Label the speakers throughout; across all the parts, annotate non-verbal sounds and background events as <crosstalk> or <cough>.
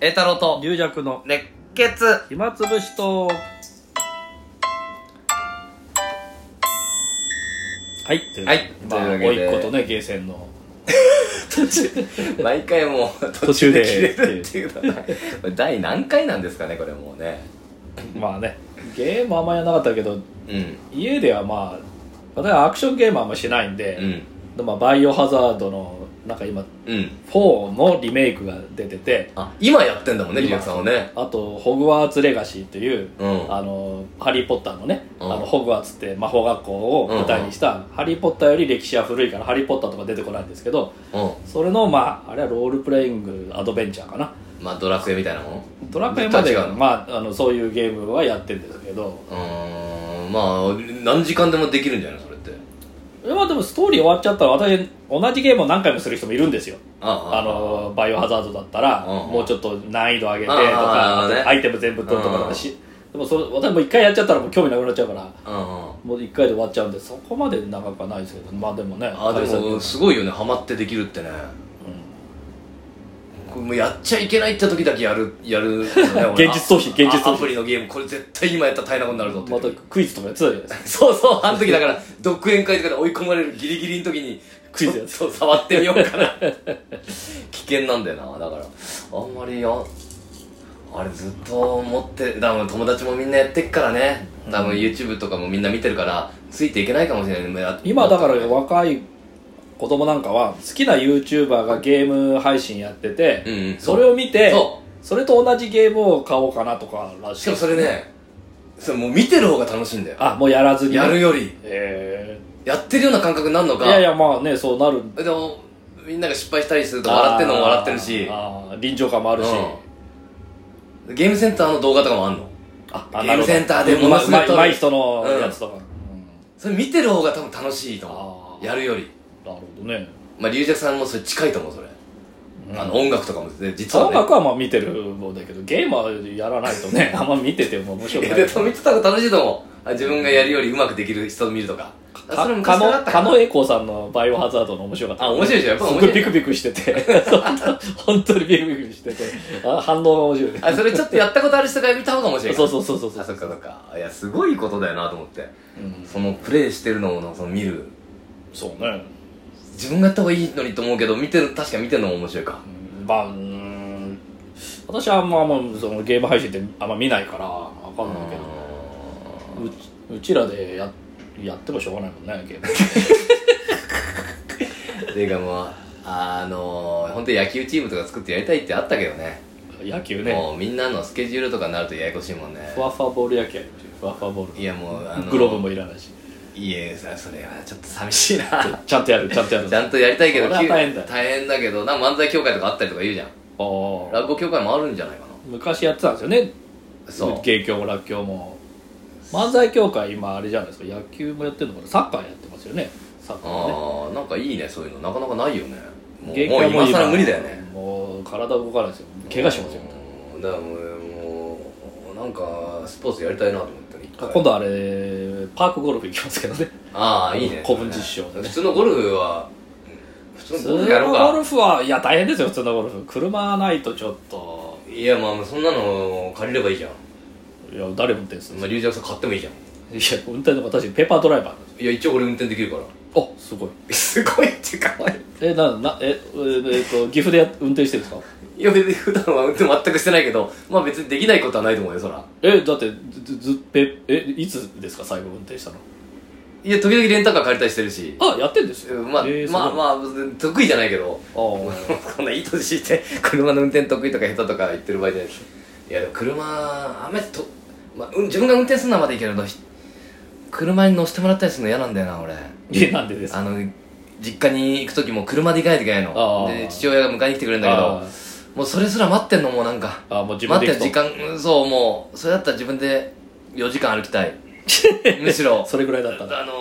Speaker 1: 栄太郎と
Speaker 2: 龍弱の
Speaker 1: 熱血
Speaker 2: 暇つぶしとはいという
Speaker 1: はい
Speaker 2: まあ
Speaker 1: というわけ
Speaker 2: 甥
Speaker 1: で
Speaker 2: っ子とねゲーセンの
Speaker 1: 毎回もう
Speaker 2: 途中 <laughs> で
Speaker 1: 切れるっていうのはこれ第何回なんですかねこれもうね
Speaker 2: まあねゲームあんまやんなかったけど
Speaker 1: うん
Speaker 2: 家ではまあ私はアクションゲームあんましないんで、
Speaker 1: うん
Speaker 2: でまあ、バイオハザードのなんか今
Speaker 1: うん
Speaker 2: 4のリメイクが出てて
Speaker 1: あ今やってんだもんねリ
Speaker 2: 今
Speaker 1: ラさんはね
Speaker 2: あとホグワーツ・レガシーという、
Speaker 1: うん
Speaker 2: あのハリー・ポッターのね、
Speaker 1: うん
Speaker 2: あのホグワーツって魔法学校を舞台にした、ハリー・ポッターより歴史は古いからハリー・ポッターとか出てこないんですけど
Speaker 1: うん
Speaker 2: それのまああれはロールプレイングアドベンチャーかな
Speaker 1: まあドラクエみたいなもん
Speaker 2: ドラクエまで
Speaker 1: ちょっと違うの
Speaker 2: まあ、あのそういうゲームはやってるんですけど
Speaker 1: うーんまあ何時間でもできるんじゃないそれって
Speaker 2: まあでもストーリー終わっちゃったら私同じゲームを何回もする人もいるんですよ
Speaker 1: あ
Speaker 2: あのバイオハザードだったら、
Speaker 1: うん
Speaker 2: もうちょっと難易度上げてと
Speaker 1: ああ
Speaker 2: か、
Speaker 1: あね
Speaker 2: アイテム全部取るとかだったし、でもそれ私も一回やっちゃったらもう興味なくなっちゃうから
Speaker 1: うんうん
Speaker 2: もう一回で終わっちゃうんでそこまで長くはないですけどまあでもね
Speaker 1: あで
Speaker 2: 対策
Speaker 1: もすごいよねハマってできるってねこれもうやっちゃいけないって時だけやる <laughs> やる、ね、俺
Speaker 2: 現実逃避現実逃避
Speaker 1: あアプリのゲームこれ絶対今やったら大変なことになるぞって
Speaker 2: またクイズとかやってたじゃないですか
Speaker 1: <laughs> そうそう、あの時だから、独演会とかで追い込まれるギリギリの時に、
Speaker 2: クイズやつ
Speaker 1: ちょっと触ってみようかな。危険なんだよな、だから。あんまりや、あれずっと持って、多分友達もみんなやってっからね。多分 YouTube とかもみんな見てるから、ついていけないかもしれない。や
Speaker 2: 今だから若い子供なんかは好きな YouTuber がゲーム配信やってて、
Speaker 1: うんうん
Speaker 2: それを見て
Speaker 1: そ
Speaker 2: それと同じゲームを買おうかなとからしい
Speaker 1: しかもそれね、それもう見てる方が楽しいんだよ。
Speaker 2: あもうやらずにね
Speaker 1: やるより、
Speaker 2: え
Speaker 1: やってるような感覚になるの
Speaker 2: ー
Speaker 1: か。
Speaker 2: いやいやまあねそうなる
Speaker 1: でも、みんなが失敗したりすると笑ってるのも笑ってるし、
Speaker 2: あーあー臨場感もあるし、
Speaker 1: うん、ゲームセンターの動画とかもあんの
Speaker 2: あ
Speaker 1: ゲームセンターでも
Speaker 2: も
Speaker 1: のすごい
Speaker 2: い
Speaker 1: 撮る
Speaker 2: うまい人のやつとか、うん
Speaker 1: それ見てる方が多分楽しいと思
Speaker 2: あ
Speaker 1: う
Speaker 2: ー
Speaker 1: やるより
Speaker 2: なるほどね、
Speaker 1: まあ龍尺さんもそれ近いと思うそれ、
Speaker 2: うん
Speaker 1: あの音楽とかもね実は
Speaker 2: 音
Speaker 1: ね
Speaker 2: 楽はまあ見てる方だけどゲームはやらないと
Speaker 1: <laughs>
Speaker 2: ねあんま見てても面白く
Speaker 1: え
Speaker 2: ない
Speaker 1: でも見てた方が楽しいと思うあ自分がやるよりうまくできる人を見るとかあ
Speaker 2: か
Speaker 1: それ
Speaker 2: か
Speaker 1: 昔からあっ
Speaker 2: の
Speaker 1: た
Speaker 2: 狩野英孝さんの「バイオハザード」の面白かった
Speaker 1: あ面白いでしょやっぱ
Speaker 2: す
Speaker 1: 面
Speaker 2: ごい
Speaker 1: 白
Speaker 2: ビ
Speaker 1: い
Speaker 2: クビクしてて
Speaker 1: <laughs>
Speaker 2: 本当にビクビクしててあ反応が面白い
Speaker 1: あそれちょっとやったことある人が見た方が面白い
Speaker 2: そう
Speaker 1: う
Speaker 2: そうそうそうそ
Speaker 1: あ
Speaker 2: う
Speaker 1: そっかそっかいやすごいことだよなと思って
Speaker 2: うん
Speaker 1: そのプレイしてるのをその見る
Speaker 2: そうね、
Speaker 1: 自分がやった方がいいのにと思うけど見てる確か見てるのも面白いか
Speaker 2: うんまあうーん私はあんまもうそのゲーム配信ってあんま見ないから分かんないけどうちうちらでややってもしょうがないもんねゲーム
Speaker 1: <laughs> ていうかもうあのー、本当に野球チームとか作ってやりたいってあったけどね
Speaker 2: 野球ね
Speaker 1: もうみんなのスケジュールとかになるとややこしいもんね
Speaker 2: ふわふわボール野球やるっていうふわふわボール
Speaker 1: いやもうあの
Speaker 2: グローブもいらないし
Speaker 1: いやさそれはちょっと寂しいな
Speaker 2: ちゃんとやるちゃんとやる
Speaker 1: ちゃんとやりたいけど
Speaker 2: それは大変だよ
Speaker 1: 大変だけどなんか漫才協会とかあったりとか言うじゃん
Speaker 2: あー
Speaker 1: 落語協会もあるんじゃないか
Speaker 2: 昔やってたんですよね
Speaker 1: なそう
Speaker 2: 芸協も落協も漫才協会今あれじゃないですか野球もやってるのかなサッカーやってますよねサッカーね
Speaker 1: ああなんかいいねそういうのなかなかないよねも
Speaker 2: 芸
Speaker 1: うもう今更無理だよね
Speaker 2: もう体動かないですよ怪我しますよ
Speaker 1: うんだからもうもうなんかスポーツやりたいなと思ったり
Speaker 2: 今度あれパークゴルフ行きますけどね
Speaker 1: ああいいね
Speaker 2: 古文実証でね
Speaker 1: 普通のゴルフは普通
Speaker 2: 普
Speaker 1: の
Speaker 2: 通
Speaker 1: ゴル
Speaker 2: の
Speaker 1: フやろう
Speaker 2: ゴ
Speaker 1: か
Speaker 2: ルフはいや大変ですよ普通のゴルフ車ないとちょっと
Speaker 1: いやまあそんなの借りればいいじゃん
Speaker 2: いや誰運転するん
Speaker 1: まあ
Speaker 2: で
Speaker 1: 龍尺さん買ってもいいじゃん
Speaker 2: すかいや運転の私ペーパードライバーなんです
Speaker 1: いや一応俺運転できるから
Speaker 2: あすご
Speaker 1: <laughs>
Speaker 2: い
Speaker 1: すごいってかおい
Speaker 2: えななえええっと岐阜でや運転してるんですか
Speaker 1: いや別に普段は運転全くしてないけどまあ別にできないことはないと思うよそら
Speaker 2: えだってずずずええいつですか最後運転したの
Speaker 1: いや時々レンタカー借りたりしてるし
Speaker 2: あやってんですよ
Speaker 1: まあ、まあ
Speaker 2: あ
Speaker 1: まあ別に得意じゃないけど
Speaker 2: あー
Speaker 1: <laughs> こんないい年して車の運転得意とか下手とか言ってる場合じゃないですいやでも車あんまりと、まあ、うん自分が運転するのはまだいいけれどひ車に乗せてもらったりするの嫌なんだよな俺
Speaker 2: えなんでですか
Speaker 1: あの実家に行く時も車で行かないといけないの
Speaker 2: あー
Speaker 1: で父親が迎えに来てくれるんだけ
Speaker 2: あー
Speaker 1: どもうそれすら待ってんのもうなんか
Speaker 2: あーもう自分
Speaker 1: 待
Speaker 2: で
Speaker 1: って
Speaker 2: 行くと
Speaker 1: 時間うんそうもうそれだったら自分で4時間歩き
Speaker 2: <laughs>
Speaker 1: たいむしろ
Speaker 2: それぐらいだったら
Speaker 1: あの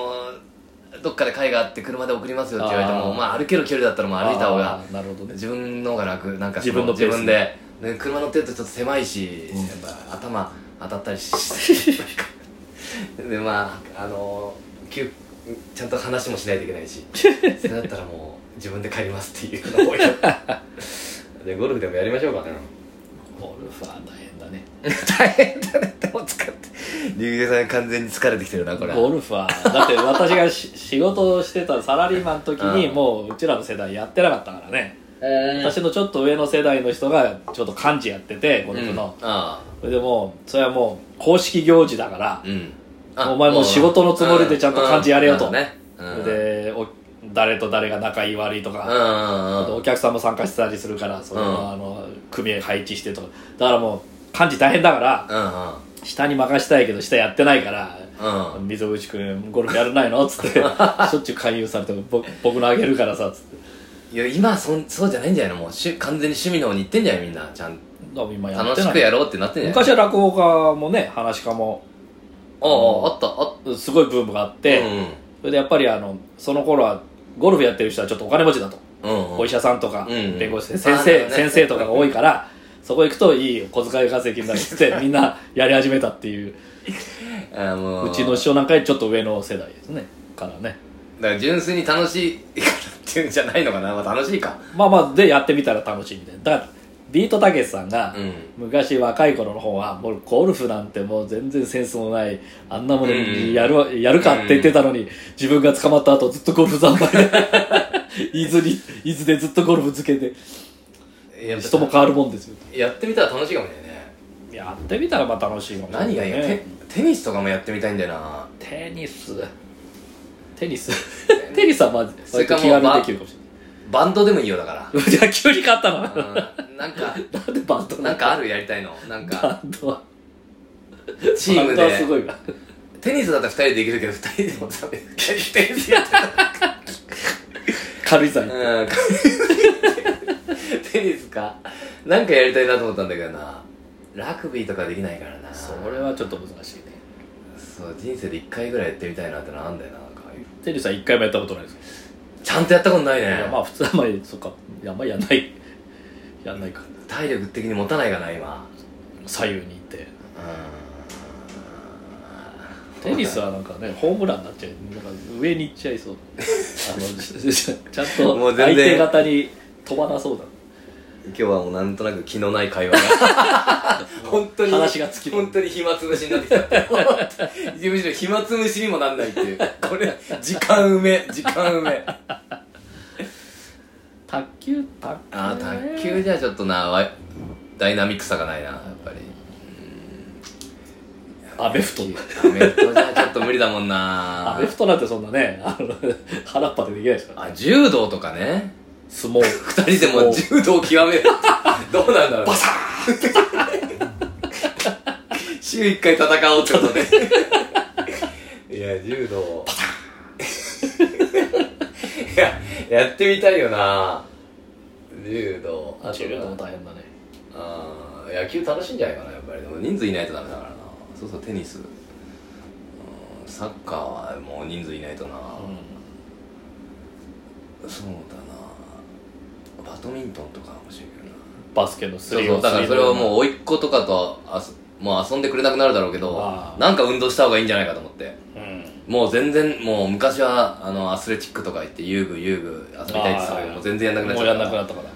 Speaker 1: ーどっかで会があって車で送りますよって言われても
Speaker 2: あー
Speaker 1: まあ歩ける距離だったらもう歩いた方が
Speaker 2: なるほどね
Speaker 1: 自分の方が楽なんかそ
Speaker 2: 自分のペース
Speaker 1: 自分でで車乗ってるとちょっと狭いし、
Speaker 2: うん
Speaker 1: やっぱ頭当たったり
Speaker 2: <laughs>
Speaker 1: してでまああのー急ちゃんと話もしないといけない
Speaker 2: <laughs>
Speaker 1: しそれだったら
Speaker 2: <laughs>
Speaker 1: もう自分で帰りますっていうのをでゴルフでもやりましょうかね
Speaker 2: ゴルファー大変だね
Speaker 1: 大変だねでも使って竜兵さん完全に疲れてきてるなこれ
Speaker 2: ゴルファー
Speaker 1: <laughs>
Speaker 2: だって私がし仕事をしてたサラリーマンの時に
Speaker 1: うん
Speaker 2: もううちらの世代やってなかったからね私のちょっと上の世代の人がちょっと漢字やっててゴルフの、
Speaker 1: あ
Speaker 2: それでもうそれはもう公式行事だから
Speaker 1: あ、うんあ
Speaker 2: お前もう仕事のつもりでちゃんと漢字やれよと
Speaker 1: うんうんうんうん
Speaker 2: それでお誰と誰が仲いい悪いと
Speaker 1: うん
Speaker 2: か、
Speaker 1: うんうん
Speaker 2: お客さんも参加してたりするからその、
Speaker 1: うん
Speaker 2: あの組合配置してとかだからもう漢字大変だから
Speaker 1: うんうん
Speaker 2: 下に任したいけど下やってないから
Speaker 1: うん
Speaker 2: 溝口君ゴルフやらないの?」
Speaker 1: <laughs>
Speaker 2: っつってしょっちゅう勧誘されてぼ「僕のあげるからさ」っつって
Speaker 1: いや今はそんそうじゃないんじゃないのもうし完全に趣味の方に行ってんじゃないみんなちゃん
Speaker 2: だから今やっ
Speaker 1: 楽
Speaker 2: て
Speaker 1: し
Speaker 2: な
Speaker 1: く
Speaker 2: い
Speaker 1: やろうってなってんじゃない
Speaker 2: 昔は落語家もね話し家も
Speaker 1: あああったあっ
Speaker 2: すごいブームがあっ
Speaker 1: て
Speaker 2: て、
Speaker 1: うん
Speaker 2: それでやっぱりあのその頃はゴルフやってる人はちょっとお金持ちだと、
Speaker 1: うんうん
Speaker 2: お医者さんとか、
Speaker 1: うんうん
Speaker 2: 弁護士
Speaker 1: あ
Speaker 2: 先
Speaker 1: ー
Speaker 2: 生、
Speaker 1: だよね
Speaker 2: 先生とかが多いからそこ行くといい小遣い稼ぎになるっつってみんなやり始めたっていう
Speaker 1: あもう
Speaker 2: うちの師匠なんかよりちょっと上の世代ですねからね
Speaker 1: だから純粋に楽しいからっていうんじゃないのかな、まあ、楽しいか
Speaker 2: まあまあでやってみたら楽しいみたいなだからビートたけしさんが、
Speaker 1: うん
Speaker 2: 昔若い頃の方はもうゴルフなんてもう全然センスもないあんなもの
Speaker 1: うん
Speaker 2: やる,、やるかって言ってたのに、自分が捕まった後ずっとゴルフ三昧
Speaker 1: <laughs>
Speaker 2: で伊豆に伊豆でずっとゴルフ漬けて
Speaker 1: やっぱ
Speaker 2: 人も変わるもんですよ
Speaker 1: やってみたら楽しいかもしれないね
Speaker 2: やってみたらまあ楽しいかもしれない
Speaker 1: 何がいいの、
Speaker 2: ね
Speaker 1: テテニスとかもやってみたいんだよな
Speaker 2: テニステニス <laughs> テニスはまあ
Speaker 1: それ
Speaker 2: 割
Speaker 1: か
Speaker 2: と
Speaker 1: もう
Speaker 2: 気軽にできるかもし
Speaker 1: バンドでもいいよだか
Speaker 2: れ <laughs> ない野球に勝ったのな
Speaker 1: ら、うん、なん
Speaker 2: <laughs>
Speaker 1: か
Speaker 2: んでバンドな
Speaker 1: なんんかあるやりたいのなんか
Speaker 2: バンドは
Speaker 1: チーム
Speaker 2: バンドはすご
Speaker 1: で
Speaker 2: いわ
Speaker 1: テニスだったら2人でできるけど2人でもダ
Speaker 2: <laughs>
Speaker 1: メテニスやって
Speaker 2: 軽井沢に
Speaker 1: うんテニスかなんかやりたいなと思ったんだけどなラグビーとかできないからな
Speaker 2: それはちょっと難しいね
Speaker 1: そう人生で1回ぐらいやってみたいなってのあんだよななんかああいう
Speaker 2: テニスは一回もやったことないですけど
Speaker 1: ちゃんとやったことないね
Speaker 2: いやまあ普通はあんまりそっかいやあんまりやんない <laughs> やんないか
Speaker 1: 体力的に持たないかな今
Speaker 2: 左右にいて
Speaker 1: うん
Speaker 2: テニスはなんかねホームランになっちゃうなんか上に行っちゃ <laughs> いそうあの <laughs> ちゃん
Speaker 1: も
Speaker 2: と
Speaker 1: う全然
Speaker 2: 相手方に飛ばなそうだ
Speaker 1: 今日はもうなんとなく気のない会話が
Speaker 2: <laughs>
Speaker 1: 本当に
Speaker 2: 話が尽きる
Speaker 1: 本当に暇つぶしになってきたむしろ暇つぶしにもなんないっていうこれ時間埋め時間埋め
Speaker 2: 卓球卓球
Speaker 1: ああ卓
Speaker 2: ね
Speaker 1: 球じゃちょっとなわダイナミックさがないなやっぱり
Speaker 2: アメフトで
Speaker 1: アメフトじゃちょっと無理だもんな
Speaker 2: アメフトなんてそんなねあの腹っぱでできないですから
Speaker 1: あ柔道とかね
Speaker 2: 相撲
Speaker 1: 二人でも柔道を極める <laughs> ってどうなんだろうバサー週一回戦おうってことでいや柔道バーいややってみたいよな柔道あと
Speaker 2: 柔道も大変だね
Speaker 1: あー野球楽しいんじゃないかなやっぱりでも人数いないとダメだからなそうそうテニスうんサッカーはもう人数いないとな、
Speaker 2: う
Speaker 1: そうだなバドミントンとかかもしれんけどなん
Speaker 2: バスケのス
Speaker 1: そう
Speaker 2: リ
Speaker 1: そう
Speaker 2: ー
Speaker 1: だからそれはもう
Speaker 2: う
Speaker 1: 甥っ子とかとあすもう遊んでくれなくなるだろうけど
Speaker 2: あー
Speaker 1: なんか運動した方がいいんじゃないかと思って
Speaker 2: うん
Speaker 1: もう全然もう昔はあのアスレチックとか行って遊具遊具遊びたいって言ってたけど
Speaker 2: あー
Speaker 1: もう全然やんなくなっち
Speaker 2: も
Speaker 1: ゃ
Speaker 2: う
Speaker 1: ったか
Speaker 2: やんなく
Speaker 1: ら
Speaker 2: なったから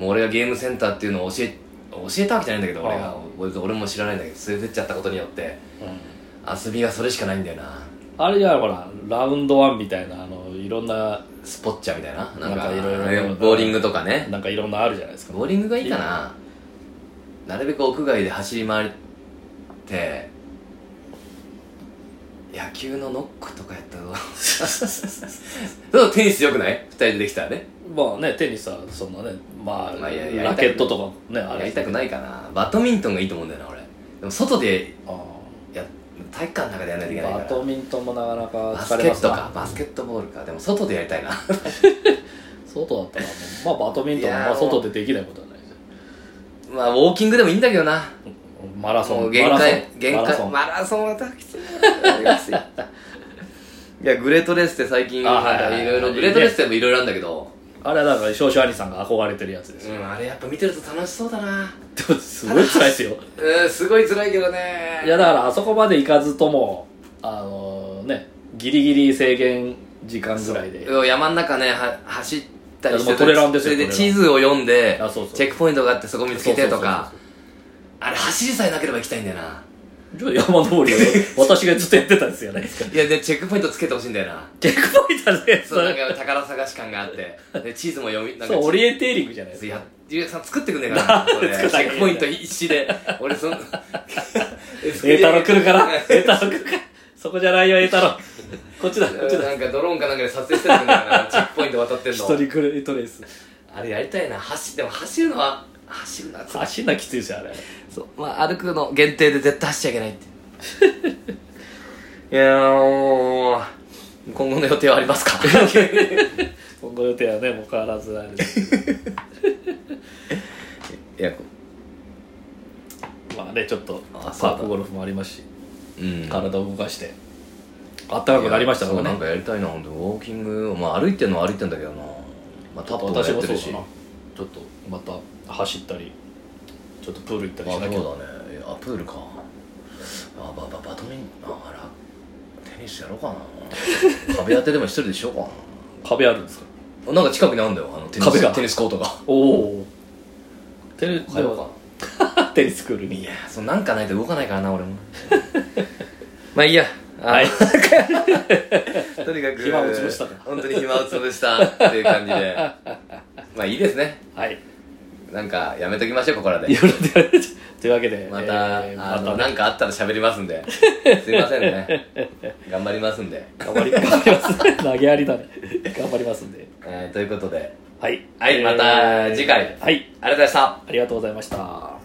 Speaker 1: もう俺がゲームセンターっていうのを教え教えたわけじゃないんだけど俺
Speaker 2: あ
Speaker 1: が俺俺も知らないんだけど連れてっちゃったことによって
Speaker 2: うん
Speaker 1: 遊びがそれしかないんだよな
Speaker 2: あれじゃあほらラウンドワンみたいなあのいろんな
Speaker 1: スポッチャみたいななん
Speaker 2: なん
Speaker 1: か
Speaker 2: かいろいろ
Speaker 1: ボーリングとかね
Speaker 2: なんかいろんなあるじゃないですか
Speaker 1: ボーリングがいいかななるべく屋外で走り回って野球のノックとかや
Speaker 2: <laughs>
Speaker 1: ったらどうそうテニスよくない二人でできたらね
Speaker 2: まあねテニスはそんなねまあ、
Speaker 1: まあややりたく
Speaker 2: ラケットとかもねあれ
Speaker 1: やりたくないかなバドミントンがいいと思うんだよな俺でも外で
Speaker 2: あ
Speaker 1: や体育館の中でやらないといけない
Speaker 2: あ
Speaker 1: か
Speaker 2: バ
Speaker 1: ら
Speaker 2: ドミントンもなかなか
Speaker 1: バス
Speaker 2: 疲
Speaker 1: ケ
Speaker 2: れま
Speaker 1: ッ
Speaker 2: す
Speaker 1: ト
Speaker 2: な
Speaker 1: かバスケットボールかでも外でやりたいな
Speaker 2: 外だったらもうまあバドミントン
Speaker 1: い
Speaker 2: は
Speaker 1: や
Speaker 2: まあ外でできないことはないですよ
Speaker 1: <laughs> まあウォーキングでもいいんだけどな
Speaker 2: マラソ
Speaker 1: もう
Speaker 2: ン
Speaker 1: 限
Speaker 2: マラソ
Speaker 1: 界
Speaker 2: ン
Speaker 1: 限
Speaker 2: マラソ
Speaker 1: 界
Speaker 2: ン
Speaker 1: マラソンはたきつ <laughs> いないやグレートレースって最近
Speaker 2: あはいはいはい
Speaker 1: いろいろグレートレースってもいろいろあるんだけど
Speaker 2: あれはだから少々兄さんが憧れてるやつです
Speaker 1: う
Speaker 2: よ、
Speaker 1: んあれやっぱ見てると楽しそうだな
Speaker 2: でも <laughs> すごい辛いですよ
Speaker 1: <laughs> うんすごい辛いけどね
Speaker 2: いやだからあそこまで行かずともあのねギリギリ制限時間ぐらいで
Speaker 1: うん山ん中ねは走ったりして
Speaker 2: いやもうトレランですよ
Speaker 1: それで
Speaker 2: トレラン
Speaker 1: 地図を読んで
Speaker 2: あそうそう
Speaker 1: チェックポイントがあってそこ見つけてとかあれ走りさえなければ行きたいんだよな
Speaker 2: じゃあ山
Speaker 1: <laughs>
Speaker 2: 登りを私がずっとやってたんですよね。
Speaker 1: いやでチェックポイントつけてほしいんだよな
Speaker 2: チェックポイントだね。そ
Speaker 1: そうなん
Speaker 2: れ
Speaker 1: か宝探し感があってで地図も読みなんか
Speaker 2: そう、オリエンテーリングじゃないです
Speaker 1: い
Speaker 2: か。
Speaker 1: や、ゆうやさん作ってくんねえ <laughs> かな、それ。チ
Speaker 2: 作
Speaker 1: ェ
Speaker 2: らなきゃいけない
Speaker 1: ックポイント一致で。俺、 <laughs> その、
Speaker 2: エータロ来
Speaker 1: <laughs>
Speaker 2: るから、
Speaker 1: え
Speaker 2: エータロ来るから。そこじゃないよ、エータロ。
Speaker 1: <laughs>
Speaker 2: こっちだ、こっちだ。
Speaker 1: なんかドローンかなんかで撮影してたんだよな、チェックポイント渡ってん
Speaker 2: 一
Speaker 1: の。
Speaker 2: 人来る、トレース。
Speaker 1: あれやりたいな、走、でも走るのは、走るのはつらい
Speaker 2: 走んなきついですよ、あれ。
Speaker 1: そう、まあ、歩くの限定で絶対走っちゃいけない <laughs> って。いやー、もう、今後の予定はありますか
Speaker 2: 今後の予定はね、もう変わらずあれです。
Speaker 1: <laughs> いや、
Speaker 2: まあね、ちょっと、
Speaker 1: あ
Speaker 2: パ
Speaker 1: そうだ
Speaker 2: ークゴルフもありますし、
Speaker 1: うん。
Speaker 2: 体を動かして、あったかくなりましたか
Speaker 1: そう
Speaker 2: ら
Speaker 1: なん
Speaker 2: ね
Speaker 1: か。やりたいな、ほんと、ウォーキング、まあ歩いてんのは歩いてんだけどな。まあ、タップもやっ
Speaker 2: 私も
Speaker 1: て
Speaker 2: そ
Speaker 1: る
Speaker 2: う
Speaker 1: し
Speaker 2: かな。。ちょっと、また走ったり、ちょっとプール行ったり
Speaker 1: あ
Speaker 2: し
Speaker 1: そう
Speaker 2: な
Speaker 1: だ
Speaker 2: き
Speaker 1: ね
Speaker 2: ゃ。
Speaker 1: いやプールかあバババドミントンあらテニスやろうか
Speaker 2: <laughs>
Speaker 1: な壁当てでも一人でしようか
Speaker 2: 壁あるんですか
Speaker 1: ななんか近くにあるんだよあのテニス
Speaker 2: 壁が
Speaker 1: テニスコートが
Speaker 2: おお。テレ
Speaker 1: 帰ろうか
Speaker 2: テニスクールに。
Speaker 1: なそうなんかないと動かないからな
Speaker 2: <laughs>
Speaker 1: 俺もまあいいやは
Speaker 2: はいい、
Speaker 1: とにかく
Speaker 2: 暇を潰したか
Speaker 1: 本当に暇を潰したっていう感じでまあいいですね
Speaker 2: はい。
Speaker 1: <laughs>
Speaker 2: よ
Speaker 1: なんかやめときましょうここらで
Speaker 2: ろしくお願いしますというわけで、
Speaker 1: また、
Speaker 2: えー
Speaker 1: あの
Speaker 2: また
Speaker 1: な
Speaker 2: ね、
Speaker 1: んかあったら喋りますんですいませんね頑張りますんで、
Speaker 2: 頑張り、頑張ります。投げやりだね。頑張りますんで。
Speaker 1: えーということで
Speaker 2: はい。
Speaker 1: はいまた次回
Speaker 2: はい。
Speaker 1: ありがとうございました
Speaker 2: ありがとうございました。